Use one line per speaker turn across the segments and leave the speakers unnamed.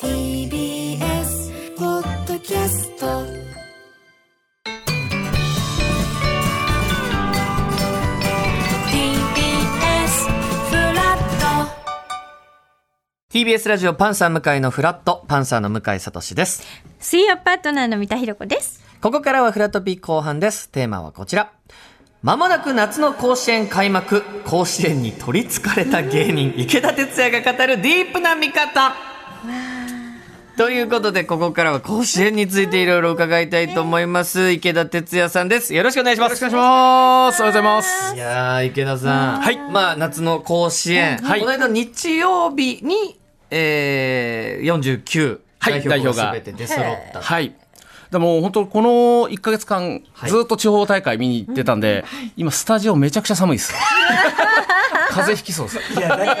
TBS ポッドキャスト「TBS フラット」
TBS ラジオパンサー向井のフラット、パンサーの向井聡です。
水曜パートナーの三田寛子です。
ここからはフラトピー後半です。テーマはこちら。まもなく夏の甲子園開幕、甲子園に取りつかれた芸人、池田哲也が語るディープな見方ということで、ここからは甲子園についていろいろ伺いたいと思います。池田哲也さんです。よろしくお願いします。よろしくお願いします。ありがとうございます。いやー、池田さん。はい。まあ、夏の甲子園。はい。この間の日曜日に、えー、49。
は
代
い
表
代
が
表が
全て出揃った。
はい。でも本当この1ヶ月間、
い
ずっと地方大会見に行ってたんで、今スタジオめちゃくちゃ寒いです。風邪ひきそうです。
いやだか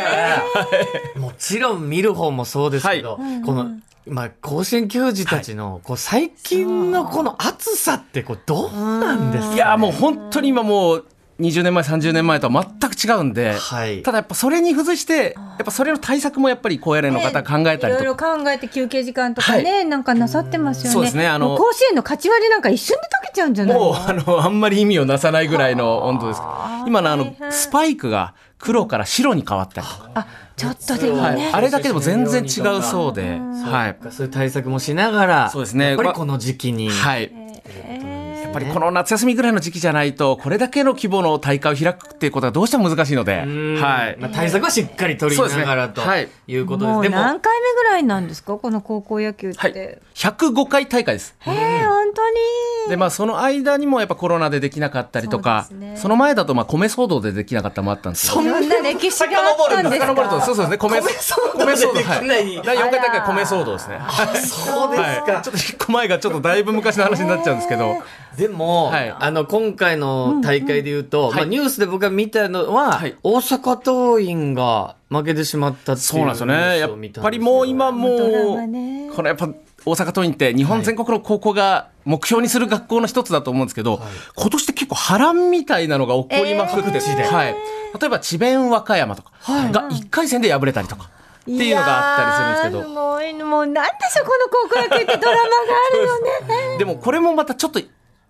ら、もちろん見る方もそうですけど、この、まあ、甲子園球児たちの、こう最近のこの暑さってこうどうなんですか
いやもう本当に今もう20年前30年前とは全く違うんで、
はい
ただやっぱそれに付随してやっぱそれの対策もやっぱり高野連の方考えたり
いろい
と
ろ
か。
考えて休憩時間とかね、なんかなさってますよね。
そうですねあの
もう甲子園の勝ち割りなんか一瞬で溶けちゃうんじゃないの
もうあのあんまり意味をなさないぐらいの温度です今のあ
大
の
変
スパイクが黒から白に変わったりとか、
あ、ちょっとでもね。
はい、あれだけでも全然違うそうで、はい、
そういう対策もしながら、
そうですね
やっぱりこの時期に。
はい。やっぱりこの夏休みぐらいの時期じゃないと、これだけの規模の大会を開くっていうことはどうしても難しいので、
うん
はい。
まあ、対策はしっかり取りながらと
そうですね
いうことです。
もう
でも、
何回目ぐらいなんですかこの高校野球って。
はい
へ。
105回大会です。
え、本当に。
で、まあ、その間にもやっぱコロナでできなかったりとか、
そ
そ,、
うですね
の前だと、まあ、米騒動でできなかったのもあったんですけど。
いろんな歴史があった んです
遡ると、
か
そうそうですね、米
米
米
騒動ででき
はい。
な
第
い
4回大会米騒動ですね。
そうです
はい。ちょっと一個前がちょっとだいぶ昔の話になっちゃうんですけど、
でも、
はい
あの今回の大会で言うと、まあ、ニュースで僕が見たのは、
はい
大阪桐蔭が負けてしまったっていう
そうなんですよね。やっぱりもう今も
ドラマ
う、
ね
このやっぱ大阪桐蔭って日本全国の高校が目標にする学校の一つだと思うんですけど、今年って結構波乱みたいなのが起こりまくってて、はい。例えば智弁和歌山とかが1回戦で敗れたりとかっていうのがあったりするんですけ
いやーすごいもうなんでしょうこの高校野球ってドラマがあるよね。
ど、でもこれもまたちょっと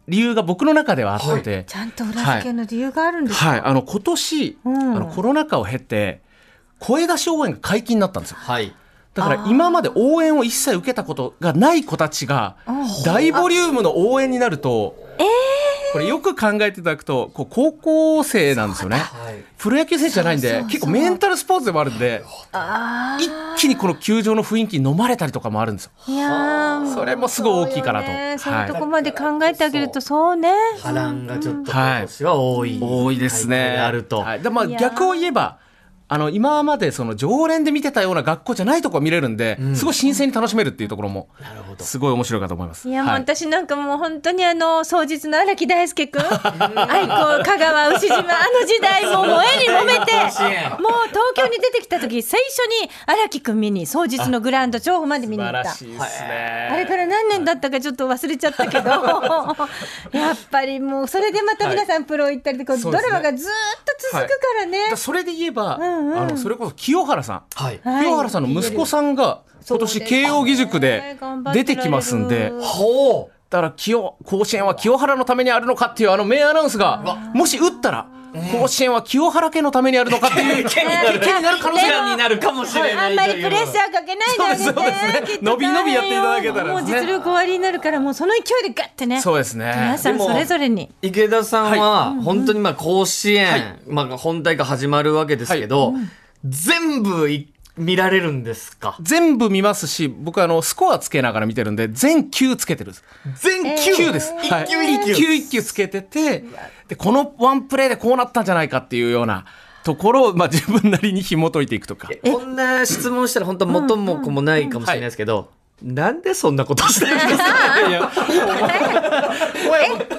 理由が僕の中ではあってて、
ちゃんと裏付けの理由があるんですか、
はい、あの今年、
ん
あのコロナ禍を経て、声出し応援が解禁になったんですよ。
はい
だから今まで応援を一切受けたことがない子たちが大ボリュームの応援になるとこれよく考えていただくとこう高校生なんですよね
はい
プロ野球選手じゃないんで結構メンタルスポーツでもあるんで
あ
一気にこの球場の雰囲気に飲まれたりとかもあるんですよ
ーいやー
それもすごい大きいかなと
そうよねそう
はい
いうとこまで考えてあげるとそうね。
波乱がちょっと
はい
今年は多い、
多いで
大会
すね
であると、
はいでまあ
いやー
逆を言えばあの今までその常連で見てたような学校じゃないとこ見れるんで、すごい新鮮に楽しめるっていうところも
なるほど
すごい面白いかと思います。
いやもう
はい
私なんかもう本当にあの双日の荒木大 輔君愛子香川牛島あの時代もう萌えに揉 めて
甲子園
もう東京に出てきた時最初に荒木君見に双日のグラウンド調布まで見に行った
いですね
あれから何年だったかちょっと忘れちゃった けどやっぱりもうそれでまた皆さんプロ行ったりでこう
そ
ド
うですね
ラマがずーっと続くからね
だからそれで言えば、
んうん
あのそれこそ清原さん、
はい
はい
清原さんの息子さんが今
そう
年
ですね
慶應義塾で出てきますんで
頑張ってられる
ほう
だから清甲子園は清原のためにあるのかっていうあの名アナウンスがもし打ったら甲子園は清原家のためにあるのかっていう
剣になる
剣になる可能性
剣になるかもしれない
あんまりプレッシ
ー
ャーかけないであ
そうで
げて
すそうですね
きっと大変よ
伸び伸びやっていただけたらですね
もう実力終わりになるからもうその勢いでガッてね
そうですね
皆さんそれぞれに
池田さんは本当にまあ甲子園、まあ、本大会始まるわけですけど、全部い見られるんですか
全部見ますし僕あのスコアつけながら見てるんで全球つけてるんです
全球、
9です、はい、
一球一球
一球一球つけててでこのワンプレーでこうなったんじゃないかっていうようなところを、まあ、自分なりに紐解いていくとか。
こんな質問したら本当元も子もないかもしれないですけど、なんでそんなことしてるんですか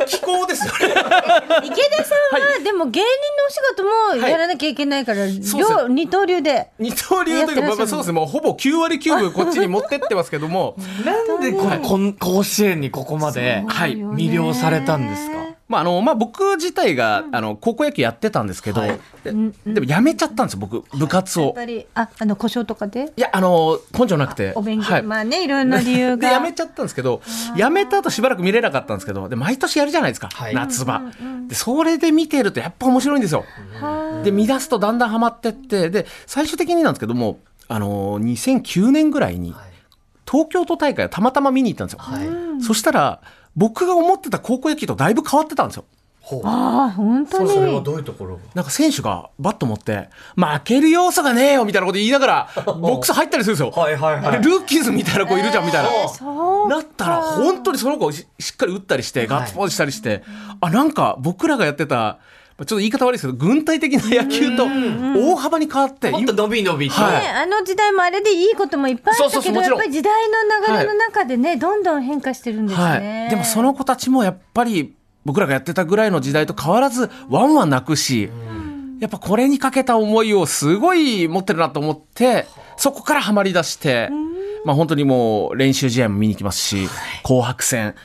気候ですよ
池田さんは、でも芸人のお仕事もやらなきゃいけないから、
すよ
両二刀流で。
二刀流というか、まあまあ、そうですね、もうほぼ9割9分こっちに持ってってますけども、
なんでこ、こん甲子園にここまで
はい
魅了されたんですか
まあ、あの、まあ、僕自体が、あの、高校野球やってたんですけど、
はい
ででもやめちゃったんですよ、僕、部活
やっ
を。
ぱり、あ、あの故障とかで。
いや、あの、根性なくて。
お勉強、
はい
まあね、いろんな理由
で、
が。
やめちゃったんですけど、やめた後しばらく見れなかったんですけど、で、毎年やるじゃないですか、
はい
夏場。で、それで見てるとやっぱ面白いんですよ。
は
で、見出すとだんだんハマってって、で、最終的になんですけども、あの、2009年ぐらいに、東京都大会をたまたま見に行ったんですよ。
はい、
そしたら、僕が思ってた高校野球とだいぶ変わってたんですよ。
ほう
ああ、本当に。
それはどういうところが
なんか選手がバット持って、負ける要素がねえよみたいなこと言いなが ら、ボックス入ったりするんですよ。
はいはいはい
あれルーキーズみたいな子いるじゃんみたいな。
そう
なったら、本当にその子をししっかり打ったりして、ガッツポーズしたりして、あ、なんか僕らがやってた、ちょっと言い方悪いですけど、軍隊的な野球と大幅に変わって、
もっと伸び伸びと、
はい
ね、あの時代もあれでいいこともいっぱいあった
そうそ
け
うそうも
ど
ち
やっ
ろん
ぱり時代の流れの中でね、どんどん変化してるんですね、
はい、でもその子たちもやっぱり僕らがやってたぐらいの時代と変わらずワンワン泣くし、やっぱこれにかけた思いをすごい持ってるなと思ってそこからハマりだして、まあ、本当にもう練習試合も見に行きますし紅白戦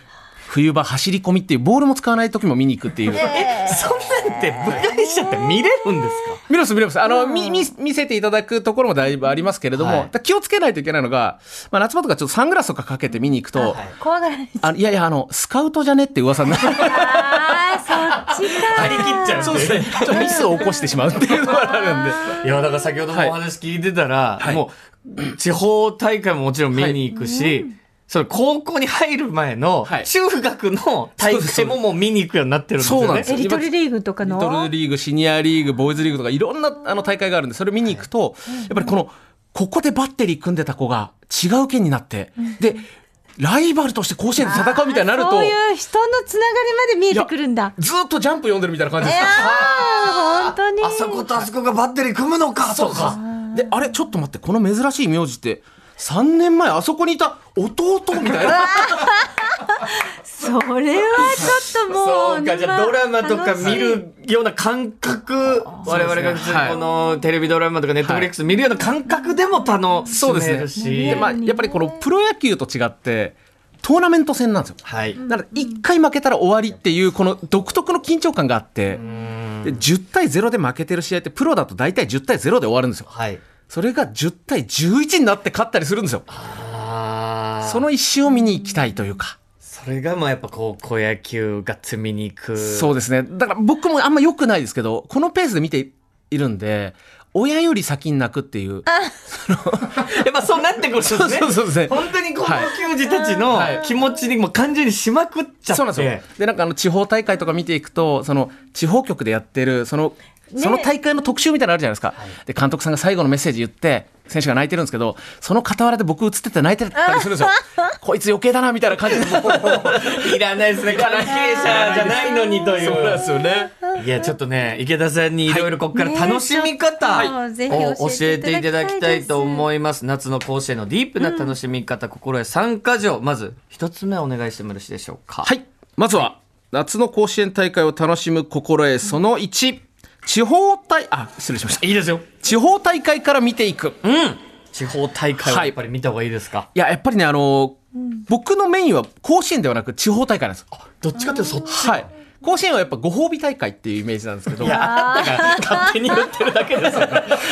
冬場走り込みっていうボールも使わない時も見に行くっ ていう。
えー
そんなんって部外者って見れるんですか
見れます見れますあの、み見見せていただくところもだいぶありますけれども、
はい
だから気をつけないといけないのが、まあ、夏場とかちょっとサングラスとかかけて見に行くと、
はい
怖がらない
あのいやいやあのスカウトじゃねって噂になる
あーそっちか
張り切っちゃうんで
そうですね。ちょっとミスを起こしてしまうっていうのがあるんで。
いやだから先ほどもお話聞いてたら、
はい
もう地方大会ももちろん見に行くし、その高校に入る前の
はい
中学の大会ももう見に行くようになってるんですよね。
そうなんです
えリトルリーグとか
リ
の
トルリーグ、シニアリーグ、ボーイズリーグとかいろんなあの大会があるんで、それ見に行くと、やっぱりこの、ここでバッテリー組んでた子が違う県になって、で、ライバルとして甲子園で戦うみたいになると
そう、いう人のつながりまで見えてくるんだ
ずっとジャンプ読んでるみたいな感じ
い
で
や
す。
ー本当に
あそことあそこがバッテリー組むのかとか。
で、あれ、ちょっと待って、この珍しい名字って、3年前あそこにいた弟みたい な。
それはちょっともう
そうか、じゃあ
まあ
ドラマとか見
楽しい
るような感覚、我々が普通に
はい
このテレビドラマとかネットフリックス見るような感覚でも楽し
そう
め
で
る
す
し。
ね。で、まあ、やっぱりこのプロ野球と違って、トーナメント戦なんですよ。
はい。
なので1回負けたら終わりっていうこの独特の緊張感があってで10対0で負けてる試合ってプロだと大体10対0で終わるんですよ
はい。
それが10対11になって勝ったりするんですよ
あー
その一瞬を見に行きたいというか
それがまあやっぱこう、小野球が積みに行く。
そうですねだから僕もあんま良くないですけどこのペースで見ているんで親より先に泣くってい
やっ
う
ぱそうなってくるんです
そう
ね。
そうそうですね
本当に高校球児たちの気持ちにもう完全にしまくっちゃって。
そうなんですよ。で、なんかあの地方大会とか見ていくと、その地方局でやってる、その、その大会の特集みたいなのあるじゃないですか。で、監督さんが最後のメッセージ言って、選手が泣いてるんですけど、その傍らで僕映ってて泣いてたりするんですよ。こいつ余計だな、みたいな感じで。そう
いらないですね。関係者じゃないのにという。
すよね。
いや、ちょっとね、池田さんにいろいろここから楽しみ
ね
方
え
を
ぜひ
教え
教え
て
て
い
い
た
た
だ
だ
き
き
た
た
い
い
と思います。夏の甲子園のディープな楽しみ方、心得3か条。まず、一つ目お願いしてもよろしいでしょうか。
はい。まずは、夏の甲子園大会を楽しむ心得、その1。地方大、あ、失礼しました。
いいですよ。
地方大会から見ていく。
地方大会はやっぱり見た方がいいですか、
いや、やっぱりね、あの、僕のメインは甲子園ではなく地方大会なんです。
どっちかっていうとそっち
はい。甲子園はやっぱご褒美大会っていうイメージなんですけど。いや、
あったから勝手に言ってるだけですよ。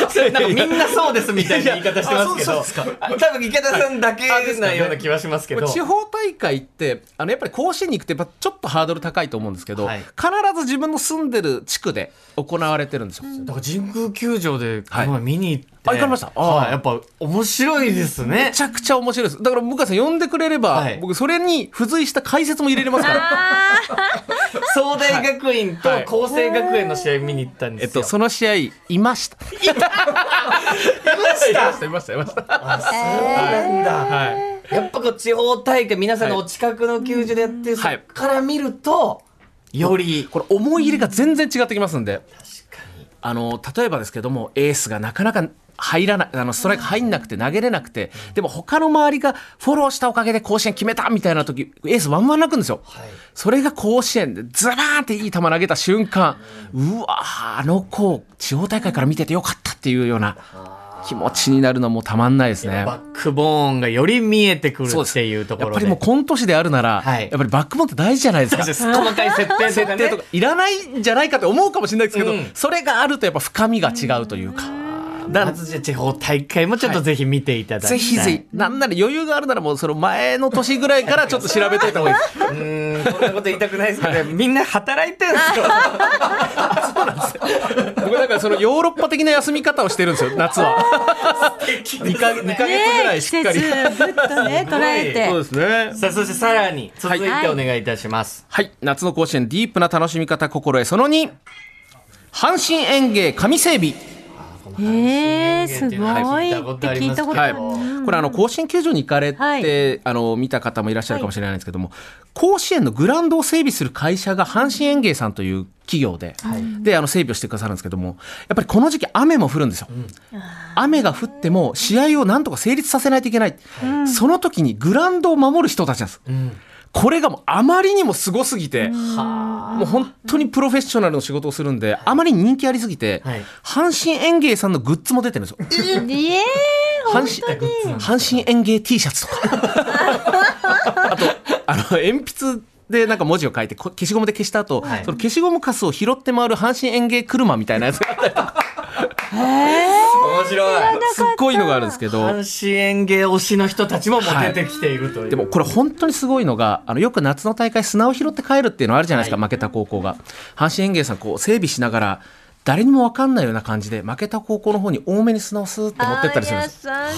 そ れなんかみんなそうですみたいな言い方してますけ
いや
ど
あそうそうです、
あ多分池田さんだけなような気はしますけど。
地方大会って、あの、やっぱり甲子園に行くとやっぱちょっとハードル高いと思うんですけど、
はい
必ず自分の住んでる地区で行われてるんですよ。
だから神宮球場でこ
はい
の前見に行って、
あ行かれましたあー
はいやっぱ面白いですね
めち。ゃくちゃ面白いです。だから、向川さん呼んでくれれば、
はい
僕、それに付随した解説も入れれますから。
総大学院と
はい
厚生学園の試合見に行ったん
え
で
っ
すよ。
と、その試合、いました。いましたいました、いました。
なんだ。
はい。
やっぱこう地方大会皆さんのお近くの球場でやってる、そ
はい
っから見ると、より、
これ、思い入れが全然違ってきますんで。
確かに。
あの例えばですけどもエースがなかなか入らないあのストライク入んなくて投げれなくて、でも他の周りがフォローしたおかげで甲子園決めたみたいな時エースワンワン泣くんですよ、それが甲子園でズバーンっていい球投げた瞬間、うわーあの子地方大会から見ててよかったっていうような気持ちになるのはもうたまんないですね。
バックボーンがより見えてくる
そうです
っていうとこ
やっ
ろ
ぱ
で
りもう今年であるなら、
はい
やっぱりバックボーンって大事じゃないですか。
細かい設定とか
設定とかいらないんじゃないかって思うかもしれないですけど、
うん
それがあるとやっぱ深みが違うというか。だ
まずじゃあ地方大会もちょっとぜひ見ていただきた
ぜ
い。
ひぜひ、なんなら余裕があるならもうその前の年ぐらいからちょっと調べとい た方がいいです。
うーん、こんなこと言いたくないですけど、みんな働いてるんですよ。
僕だからそのヨーロッパ的な休み方をしてるんですよ、夏 は。2ヶ月ぐらいしっか り。
季節ぐっとね捉えて
そうですね。
さあ、そしてさらに、続いてお願いいたします。
はい。夏の甲子園ディープな楽しみ方心得その2。阪神園芸神整備。
えー、すごい
聞いたこ
って
とあり
聞
ます
いた
けど
こと
は
あ
い、
る、
これあの甲子園球場に行かれて、
はい
あの見た方もいらっしゃるかもしれないんですけども、甲子園のグラウンドを整備する会社が阪神園芸さんという企業で、であの整備をしてくださるんですけどもやっぱりこの時期雨も降るんですよ、雨が降っても試合をなんとか成立させないといけない、その時にグラウンドを守る人たちなんです、これがもうあまりにもすごすぎて、もう本当にプロフェッショナルの仕事をするんで、あまりに人気ありすぎて、
はい
阪神園芸さんのグッズも出てるんですよ。
いえー、
阪神阪神園芸 T シャツと かあとあの鉛筆でなんか文字を書いてこ消しゴムで消した後、
はい
その消しゴムカスを拾って回る阪神園芸車みた いなやつがあったりとか
面白い。
すっごいのがあるんですけど
阪神園芸推しの人たちももう出てきているという。
でもこれ本当にすごいのがあのよく夏の大会砂を拾って帰るっていうのあるじゃないですか、負けた高校が阪神園芸さんこう整備しながら誰にも分かんないような感じで負けた高校の方に多めに砂をスーッて持ってったりするんです
あー優し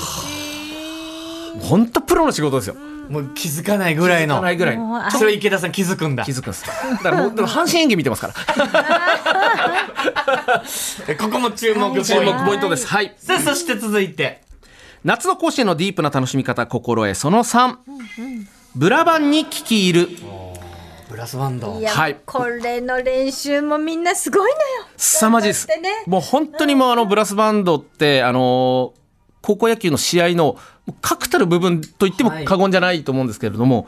い
本当プロの仕事ですよ
もう気づかないぐらい
知ら
の
な。いぐらい
もうあ
それ池田さん気づくんだ
気。づくんですだからもうでも阪神園芸見てますから
ここも注目
注
注
目
目
ポイントです。はい。
さあ、そして続いて。
夏の甲子園のディープな楽しみ方心得その3。ブラバンに聞き入る。
ブラスバンド
い。や、
はい
これの練習もみんなすごいのよ
凄まじいです
頑張ってね。
もう本当にもうあのブラスバンドって、あのー高校野球の試合のもう確たる部分と言っても
はい
過言じゃないと思うんですけれども、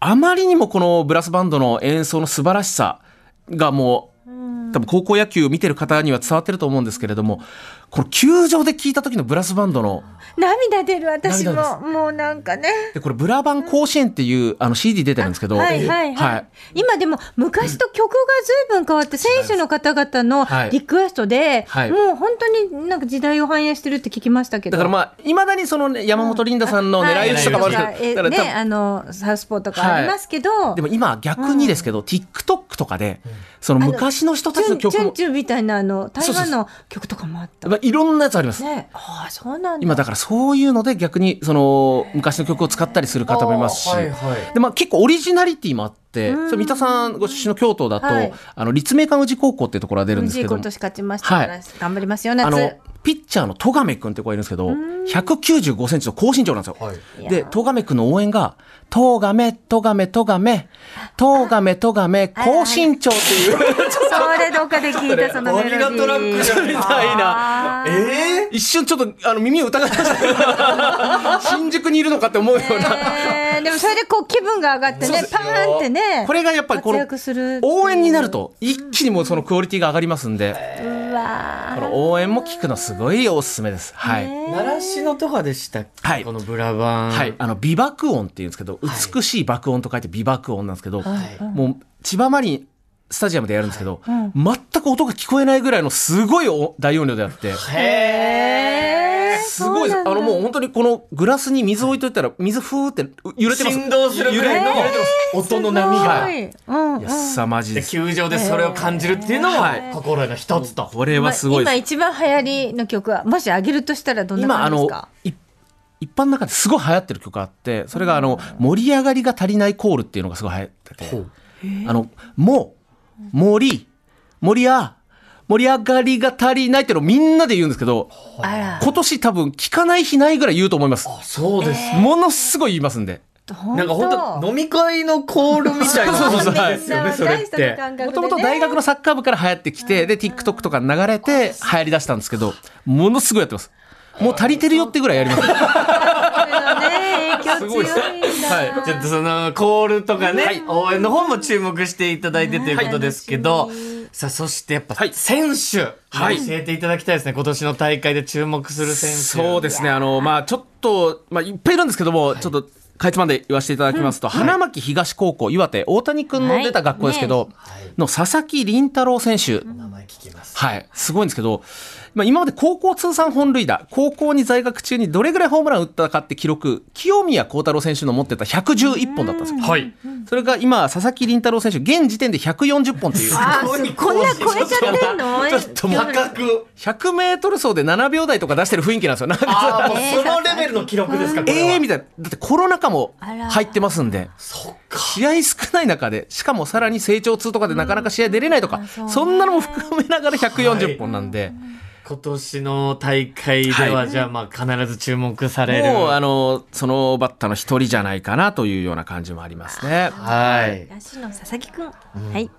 あまりにもこのブラスバンドの演奏の素晴らしさがもう、多分高校野球を見てる方には伝わってると思うんですけれども、この球場で聞いた時のブラスバンドの、
涙出る私
涙
ももうなんかね
でこれブラバン甲子園っていうあの CD 出てるんですけど、
はいはいはい、
はい
今でも昔と曲が随分変わって選手の方々の
はい
リクエストで、
はい
もう本当になんか時代を反映してるって聞きましたけど
だからまあ、いまだにそのね山本リンダさんの狙い撃ちとかもあるんですけど、
はい
だから多
ね
分
あのサウスポーとかありますけど、
でも今逆にですけど、TikTok とかで、その昔の人たちの
チ
曲
ュン
も、
チュンみたいなあの台
そうそう
湾の曲とかもあった
まあいろんなやつあります。
ねああそうなんだ
今だからそういうので逆にその昔の曲を使ったりする方もいますし、
はいはい。
でまあ、結構オリジナリティもあって、それ三田さんご出身の京都だと、
はい
あの立命館宇治高校っていうところが出るんです
藤
け
井
ど
今
も
年勝ちましたから、
はい
頑張りますよ
あ
夏
のピッチャーの戸亀君って子がいるんですけど、195センチの高身長なんですよ。で、戸亀君の応援が、戸亀、戸亀、戸亀、戸亀、戸亀、高身長っ ていう、
それどっかで聞いたそのメロディー
オリガトラックじゃん
みたいな
あー
え
一瞬ちょっとあの耳を疑いましたけ ど新宿にいるのかって思うような。
えーでもそれでこう気分が上がってね、パーンってね。
これがやっぱりこの
活躍する
応援になると一気にもうそのクオリティが上がりますんで、
うわ
この応援も聞くのすごいおすすめです。はい。
ー。習志野とかでしたっけ
はい
このブラバン。
はい、。あの美爆音っていうんですけど、美しい爆音と書いて美爆音なんですけど、
い
もう千葉マリンスタジアムでやるんですけど、全く音が聞こえないぐらいのすごいお大音量であって、
えー
すごいです
そ
あ
うなん
の
だ
もう本当にこのグラスに水置いといたら水ふーって揺れてます
振動するぐらいの
揺れて
音の波が。
すごいうんうん
ますいや凄まじい
で
です
球場でそれを感じるっていうのも
はい
心得の一つと。
これはすごい
今
です
一番流行りの曲は、もし上げるとしたらどんな
今あ
感じです
の
か
い一般の中ですごい流行ってる曲があってそれがあの「盛り上がりが足りないコール」っていうのがすごい流行っててあのもう森森や盛り上がりが足りないっていうのをみんなで言うんですけど
あら。
今年多分聞かない日ないぐらい言うと思います
そうです。
ものすごい言いますんで
と本
なんか本当飲み会のコールみたいな
そうそうそう
感じですよねそれって。
もともと大学のサッカー部から流行ってきて、で、TikTok とか流れて流行り出したんですけど、ものすごいやってます。もう足りてるよってぐらいやります。はい
影響強いんだ。
ちょっとそのコールとかね、
はい
応援の方も注目していただいてということですけど、
はい
さあそしてやっぱ
はい
選手、
はい
教えていただきたいですね今年の大会で注目する選手
そうですね、あの、まあちょっと、まあいっぱいいるんですけども、ちょっと、かいつまんで言わせていただきますと、花巻東高校岩手、大谷君の出た学校ですけど、の佐々木麟太郎選手、
名前聞きます
はい、すごいんですけど、まあ、今まで高校通算本塁打、高校に在学中にどれぐらいホームラン打ったかって記録、清宮幸太郎選手の持ってた111本だったんですよ。
はい
それが今、佐々木麟太郎選手、現時点で140本という。
あーす こんな超えちゃってんの
ちょっと
破格
100メートル走で7秒台とか出してる雰囲気なんですよ。なんか
ああもうそのレベルの記録ですかこれは
ええみたいな。だってコロナ禍も入ってますんで。試合少ない中で、しかもさらに成長痛とかでなかなか試合出れないとか、そんなのも含めながら140本なんで、
今年の大会で
は
はいじゃあまあ必ず注目される、
もう、あの、そのバッターの一人じゃないかなというような感じもありますね。
はい
足の佐々木くん。はい。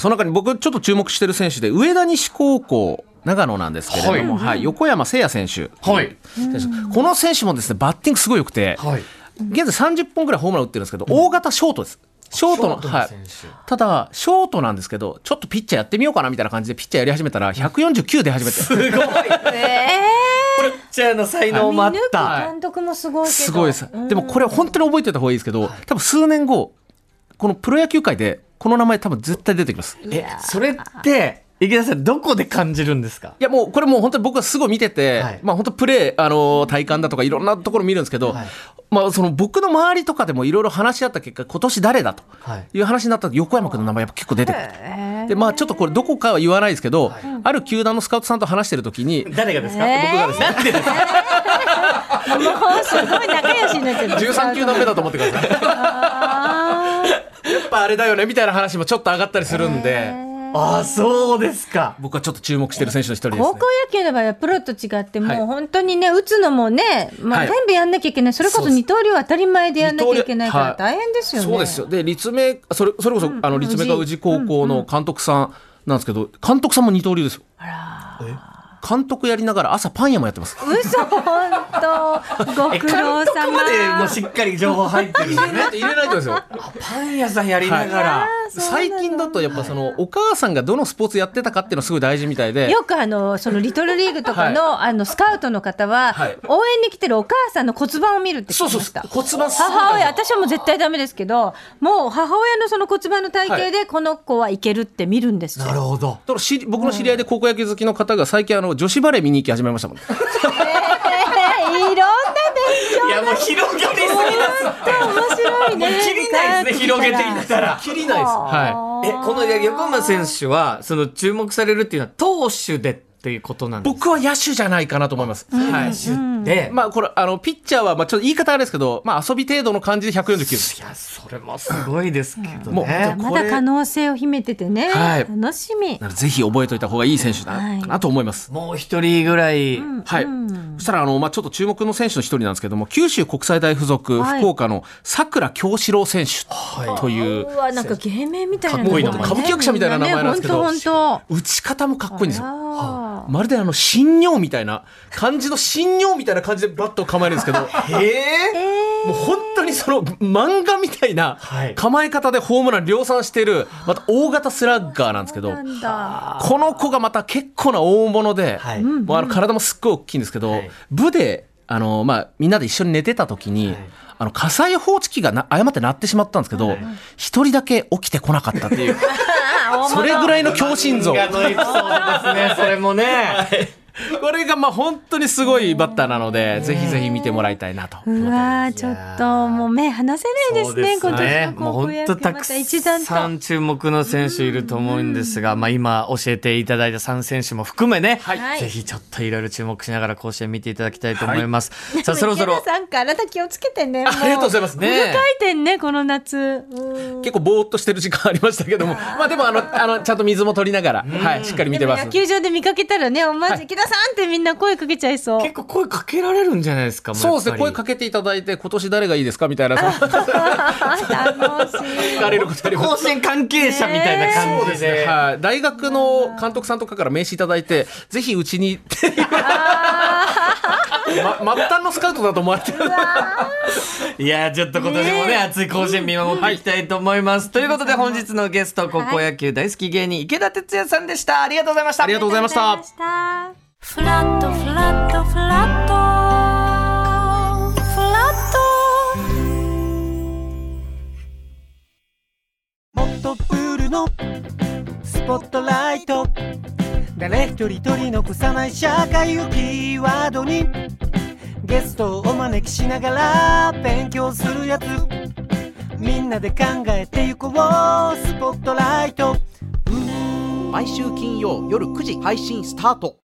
その中に僕ちょっと注目してる選手で、上田西高校、長野なんですけれども、はい、横山聖也選手。
はい
選手この選手もですね、バッティングすごい良くて、
はい
現在30本ぐらいホームラン打ってるんですけど、大型ショートです。ショートの、
ショート
は
の
い
選。手
ただ、ショートなんですけど、ちょっとピッチャーやってみようかなみたいな感じで、ピッチャーやり始めたら、149出始めて、
すごい
え
ピッチャーの才能もあっ
見抜
た、
く監督もすごいけど。
すごい です。でもこれは本当に覚えておいた方がいいですけど、多分数年後、このプロ野球界で、この名前多分絶対出てきます。
えそれって池田さんどこで感じるんですか
いやもうこれもう本当に僕はすごい見てて、
はい
まあ本当プレー、あのー体感だとかいろんなところ見るんですけど、
はい
まあその僕の周りとかでもいろいろ話し合った結果、今年誰だと
はい
いう話になったら横山君の名前やっぱ結構出てくる。でまあちょっとこれどこかは言わないですけど、ある球団のスカウトさんと話してる時に、
誰がですか、
えー
僕がですなんでですか
もうすごい仲良しになってる。
13球団目だと思ってください。や っぱあれだよねみたいな話もちょっと上がったりするんで、
あそうですか
僕はちょっと注目してる選手の一人ですね
高校。野球の場合はプロと違って、
はい
もう本当にね、打つのもね、ま
は
あ、
い
全部やんなきゃいけない、それこそ二刀流は当たり前でやんなきゃいけないから、
二刀
大
流
変ですよね。
そうですよ。で、立命、それ、それこそ、あの、立命が宇治高校の監督さんなんですけど、監督さんも二刀流ですよ。監督やりながら朝パン屋もやってます。
嘘、 本当、ご
え
苦
監
労
督までも
様。
しっかり情報入ってるんですね
入れないとですよ。
パン屋さんやりながら、
最近だとやっぱその、お母さんがどのスポーツやってたかっていうのすごい大事みたいで。
よくあのそのリトルリーグとかの,、あのスカウトの方は、
はい
応援に来てるお母さんの骨盤を見るって聞きました。
骨盤すごい
母親私はもう絶対ダメですけどもう母親のその骨盤の体型でこの子はいけるって見るんですよ。
なるほど
だからし僕の知り合いで高校野球好きの方が最近あの女子バレー見に行き始めましたもん。
えーいろんな勉強
いやもう広がりすぎだ
面白い
もう
ね。
切りないですね広げていったら
切りないです。はい。
えこの横山選手はその注目されるっていうのは投手でっていうことなんです
僕は野手じゃないかなと思います。はい。
僕で、ま
まあこれあのピッチャーはまあちょっと言い方あれですけど、まあ遊び程度の感じで149です。
あ、それもすごいですけど
もう
ね、
まだ可能性を秘めててね。
はい
楽しみ。
なのでぜひ覚えておいた方がいい選手だ
はい
かなと思います。
もう一人ぐらい、
はい。そしたら、あの、まあ、ちょっと注目の選手の一人なんですけども、九州国際大付属、
はい
福岡の桜京志郎選手という、
うわなんか芸名みたいな
かっこいい
の
名
がね。
前歌舞伎役者みたいな名前なんですけど
本当本
打ち方もかっこいいんです
当。
よ。
あ
まるであの、新尿みたいな、感じの新尿みたいな感じでバットを構えるんですけど、
え
もう本当にその漫画みたいな
はい
構え方でホームラン量産してる、また大型スラッガーなんですけ
ー
ど、
なんだ。
この子がまた結構な大物で、
はい
もうあの体もすっごい大きいんですけど、
はい
部であの、まあ、みんなで一緒に寝てた時に、あの火災報知器がな誤って鳴ってしまったんですけど一、人だけ起きてこなかったって いうそれぐらいの強心臓
映画のエピソードですね、それもね。
これがまあ本当にすごいバッターなので、ぜひぜひ見てもらいたいなと。
うわーちょっともう目離せないですね
そう
今年の
もう
高校
本
野
当
球
た
ま
く
た一段と。
さん注目の選手いると思うんですが、まあ今教えていただいた3選手も含めね、
はい
ぜひちょっといろいろ注目しながら甲子園見ていただきたいと思います。さあそろそ
池
ろ
田、さん体気をつけてね。あ
ありがとうございます。
ね
フル回転ねこの夏。うん
結構ぼーっとしてる時間ありましたけども、まあでもあの、あの、ちゃんと水も取りながら、はい、しっかり見て
でも
ます
野。球場で見かけたらね思わず池田ささんってみんな声かけちゃいそう
結構声かけられるんじゃないですか
そうですね声か
け
けていただいて今年誰がいいですかみたいなその
楽し
聞かれることあります
甲子園関係者みたいな感じで,、
はい、大学の監督さんとかから名刺いただいて、ぜひうちにって、 ま、末端のスカウトだと思われてる。
いやーちょっと今年もね熱い甲子園見守っていきたいと思います、ということで本日のゲスト高校野球大好き芸人池田哲也さんでしたありがとうございました
ありがとうございまし
い
た
ま。した
フラットフラットフラットフラット
もっとプールのスポットライト誰一人取り残さない社会をキーワードにゲストをお招きしながら勉強するやつみんなで考えてゆこうスポットライト
毎週金曜夜9時配信スタート